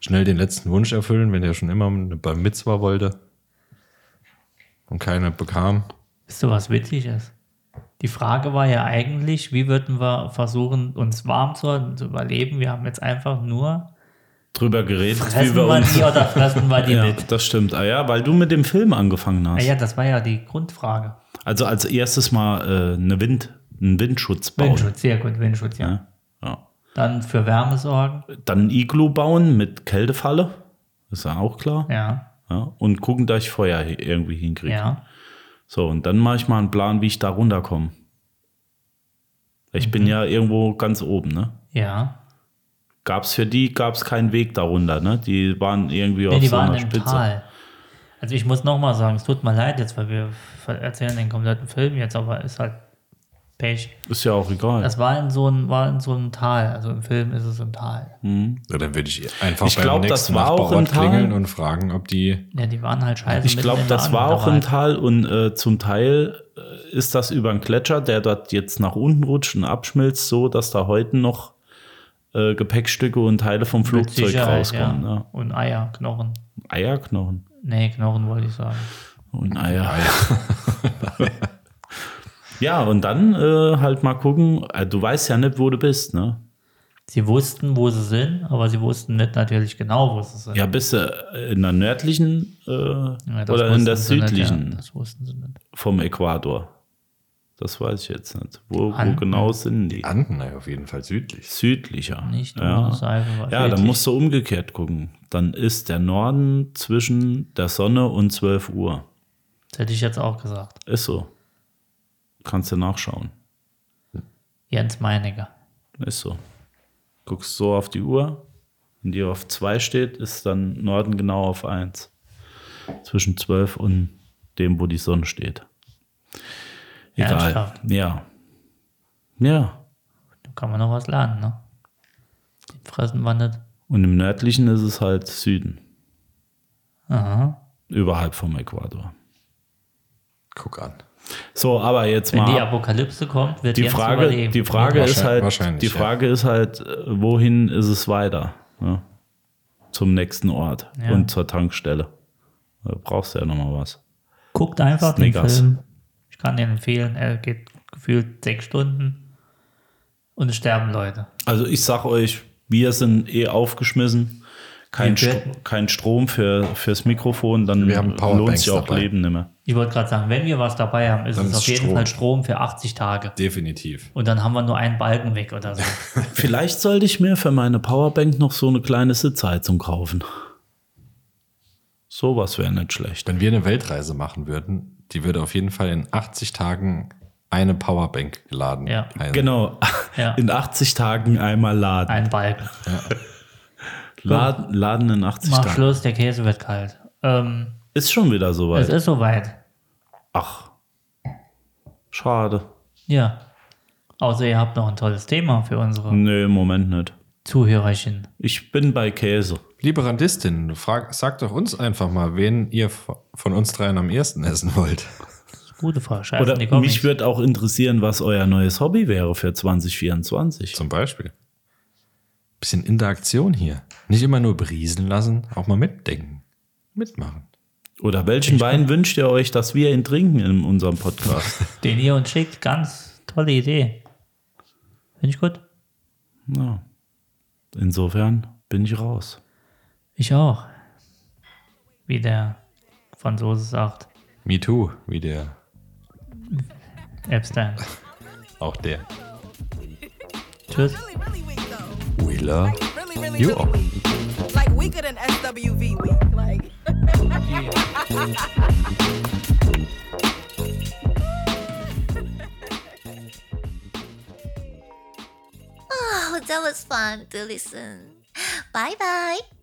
schnell den letzten Wunsch erfüllen, wenn er schon immer eine Bar Mitzwa wollte und keine bekam.
Wisst ihr, was witzig ist? Die Frage war ja eigentlich, wie würden wir versuchen, uns warm zu halten, zu überleben? Wir haben jetzt einfach nur,
Drüber geredet,
fressen wir die oder fressen wir
[LAUGHS]
die
Ja,
nicht?
das stimmt. Ah ja, weil du mit dem Film angefangen hast.
Ah Ja, ja, das war ja die Grundfrage.
Also als erstes mal äh, eine Wind, einen Windschutz bauen.
Windschutz, sehr gut, Windschutz, ja.
Ja. Ja.
Dann für Wärme sorgen.
Dann ein Iglu bauen mit Kältefalle. Ist ja auch klar.
Ja,
Ja, und gucken, dass ich Feuer hi- irgendwie hinkriege.
ja.
So, und dann mache ich mal einen Plan, wie ich da runterkomme. Ich
Mhm.
bin ja irgendwo ganz oben, ne?
Ja.
Gab es für die, gab es keinen Weg darunter, ne? Die waren irgendwie
Nee,
auf
die
so
waren
einer
im
Spitze.
Tal. Also ich muss nochmal sagen, es tut mir leid jetzt, weil wir ver- erzählen den kompletten Film jetzt, aber ist halt Pech.
Ist ja auch egal.
Das war in so einem, war in so einem Tal. Also im Film ist es im Tal.
Ja, dann würde ich einfach
Ich glaub, das war auch
Nachbarort
im Tal.
klingeln und fragen, ob die.
Ja, die waren halt scheiße.
ich
mitten
glaube,
in der
das war
Anwender-
auch ein Tal und äh, zum Teil äh, ist das über einen Gletscher, der dort jetzt nach unten rutscht und abschmilzt, so dass da heute noch äh, Gepäckstücke und Teile vom
Mit
Flugzeug
Sicherheit,
rauskommen.
ja.
Ne?
Und Eier, Knochen.
Eierknochen
Nee, Knochen wollte ich sagen.
und Eier. [LAUGHS] ja, und dann äh, halt mal gucken. Äh, du weißt ja nicht, wo du bist, ne?
Sie wussten, wo sie sind, aber sie wussten nicht natürlich genau, wo sie sind.
Ja, bist du in der nördlichen äh,
Ja, das
oder in der
wussten sie nicht,
südlichen
ja, das wussten sie nicht.
vom Äquator? Das weiß ich jetzt nicht. Wo, wo
Anden.
genau sind die?
Anden, naja, auf jeden Fall südlich.
Südlicher.
Nicht
ja.
ohne Seife war
Ja, dann
schädlich.
musst du umgekehrt gucken. Dann ist der Norden zwischen der Sonne und 12 Uhr.
Das hätte ich jetzt auch gesagt.
Ist so. Kannst du nachschauen.
Jens Meininger.
Ist so. Guckst so auf die Uhr. Wenn die auf 2 steht, ist dann Norden genau auf 1. Zwischen 12 und dem, wo die Sonne steht. Egal.
Ernsthaft?
Ja. Ja.
Da kann man noch was lernen, ne? Die fressen war nicht.
Und im nördlichen ist es halt Süden,
Aha.
überhalb vom Äquator.
Guck an.
So, aber jetzt
Wenn
mal
die
ab-
Apokalypse kommt, wird
die
Jens
Frage,
überleben.
die Frage ist
Wahrscheinlich-
halt,
wahrscheinlich,
die
ja.
Frage ist halt, äh, wohin ist es weiter? Ne? Zum nächsten Ort
Ja.
und zur Tankstelle. Da brauchst du ja nochmal was.
Guckt einfach
Snickers.
den Film. Ich kann den empfehlen. Er geht gefühlt sechs Stunden und es sterben Leute.
Also ich sag euch, wir sind eh aufgeschmissen. Kein,
Wir
Stro
werden-
kein Strom für, fürs Mikrofon, dann
Wir haben
lohnt
Powerbanks
sich auch
dabei.
Leben nicht mehr.
Ich wollte gerade sagen, wenn wir was dabei haben, ist
Dann
es
ist
auf jeden
Strom.
Fall Strom für 80 Tage.
Definitiv.
Und dann haben wir nur einen Balken weg oder so.
Vielleicht sollte ich mir für meine Powerbank noch so eine kleine Sitzheizung kaufen. Sowas wäre nicht schlecht.
Wenn wir eine Weltreise machen würden, die würde auf jeden Fall in 80 Tagen eine Powerbank geladen.
Ja.
Ein-
Genau.
Ja.
In 80 Tagen einmal laden.
Ein Balken.
Laden, Laden in 80
Mach
Tagen.
Schluss, der Käse wird kalt. Ähm,
Ist schon wieder
es
soweit.
ist soweit.
Ach. Schade.
Ja. Außer ihr habt noch ein tolles Thema für unsere
Nö, im Moment nicht.
Zuhörerchen.
Ich bin bei Käse.
Also
Liebe Randistin, frag, sag doch uns einfach mal, wen ihr v- von uns dreien am ersten essen wollt.
Gute Frage. Scheiße,
Oder
die Comics.
mich würde auch interessieren, was euer neues Hobby wäre für 2024.
Zum Beispiel. Bisschen Interaktion hier. Nicht immer nur berieseln lassen, auch mal mitdenken. Mitmachen.
Oder welchen Wein wünscht ihr euch, dass wir ihn trinken in unserem
[LAUGHS]
Podcast?
Den ihr uns schickt, ganz tolle Idee. Finde ich gut.
ja. Insofern bin ich raus.
Ich auch. Wie der Franzose sagt,
Me too, wie der,
Epstein.
auch der.
Tschüss.
Really, really weak though.
We love
Really, really,
you
really
all.
weak. Like weaker than SWV weak. Like.
Oh, that was fun to listen. Bye bye.